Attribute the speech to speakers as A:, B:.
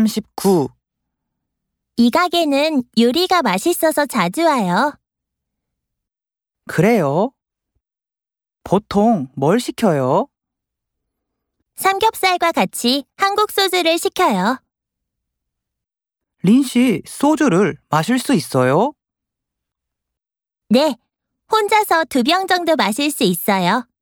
A: 39.
B: 이 가게는 요리가 맛있어서 자주 와요.
A: 그래요? 보통 뭘 시켜요?
B: 삼겹살과 같이 한국 소주를 시켜요.
A: 린 씨 소주를 마실 수 있어요?
B: 네, 혼자서 두 병 정도 마실 수 있어요.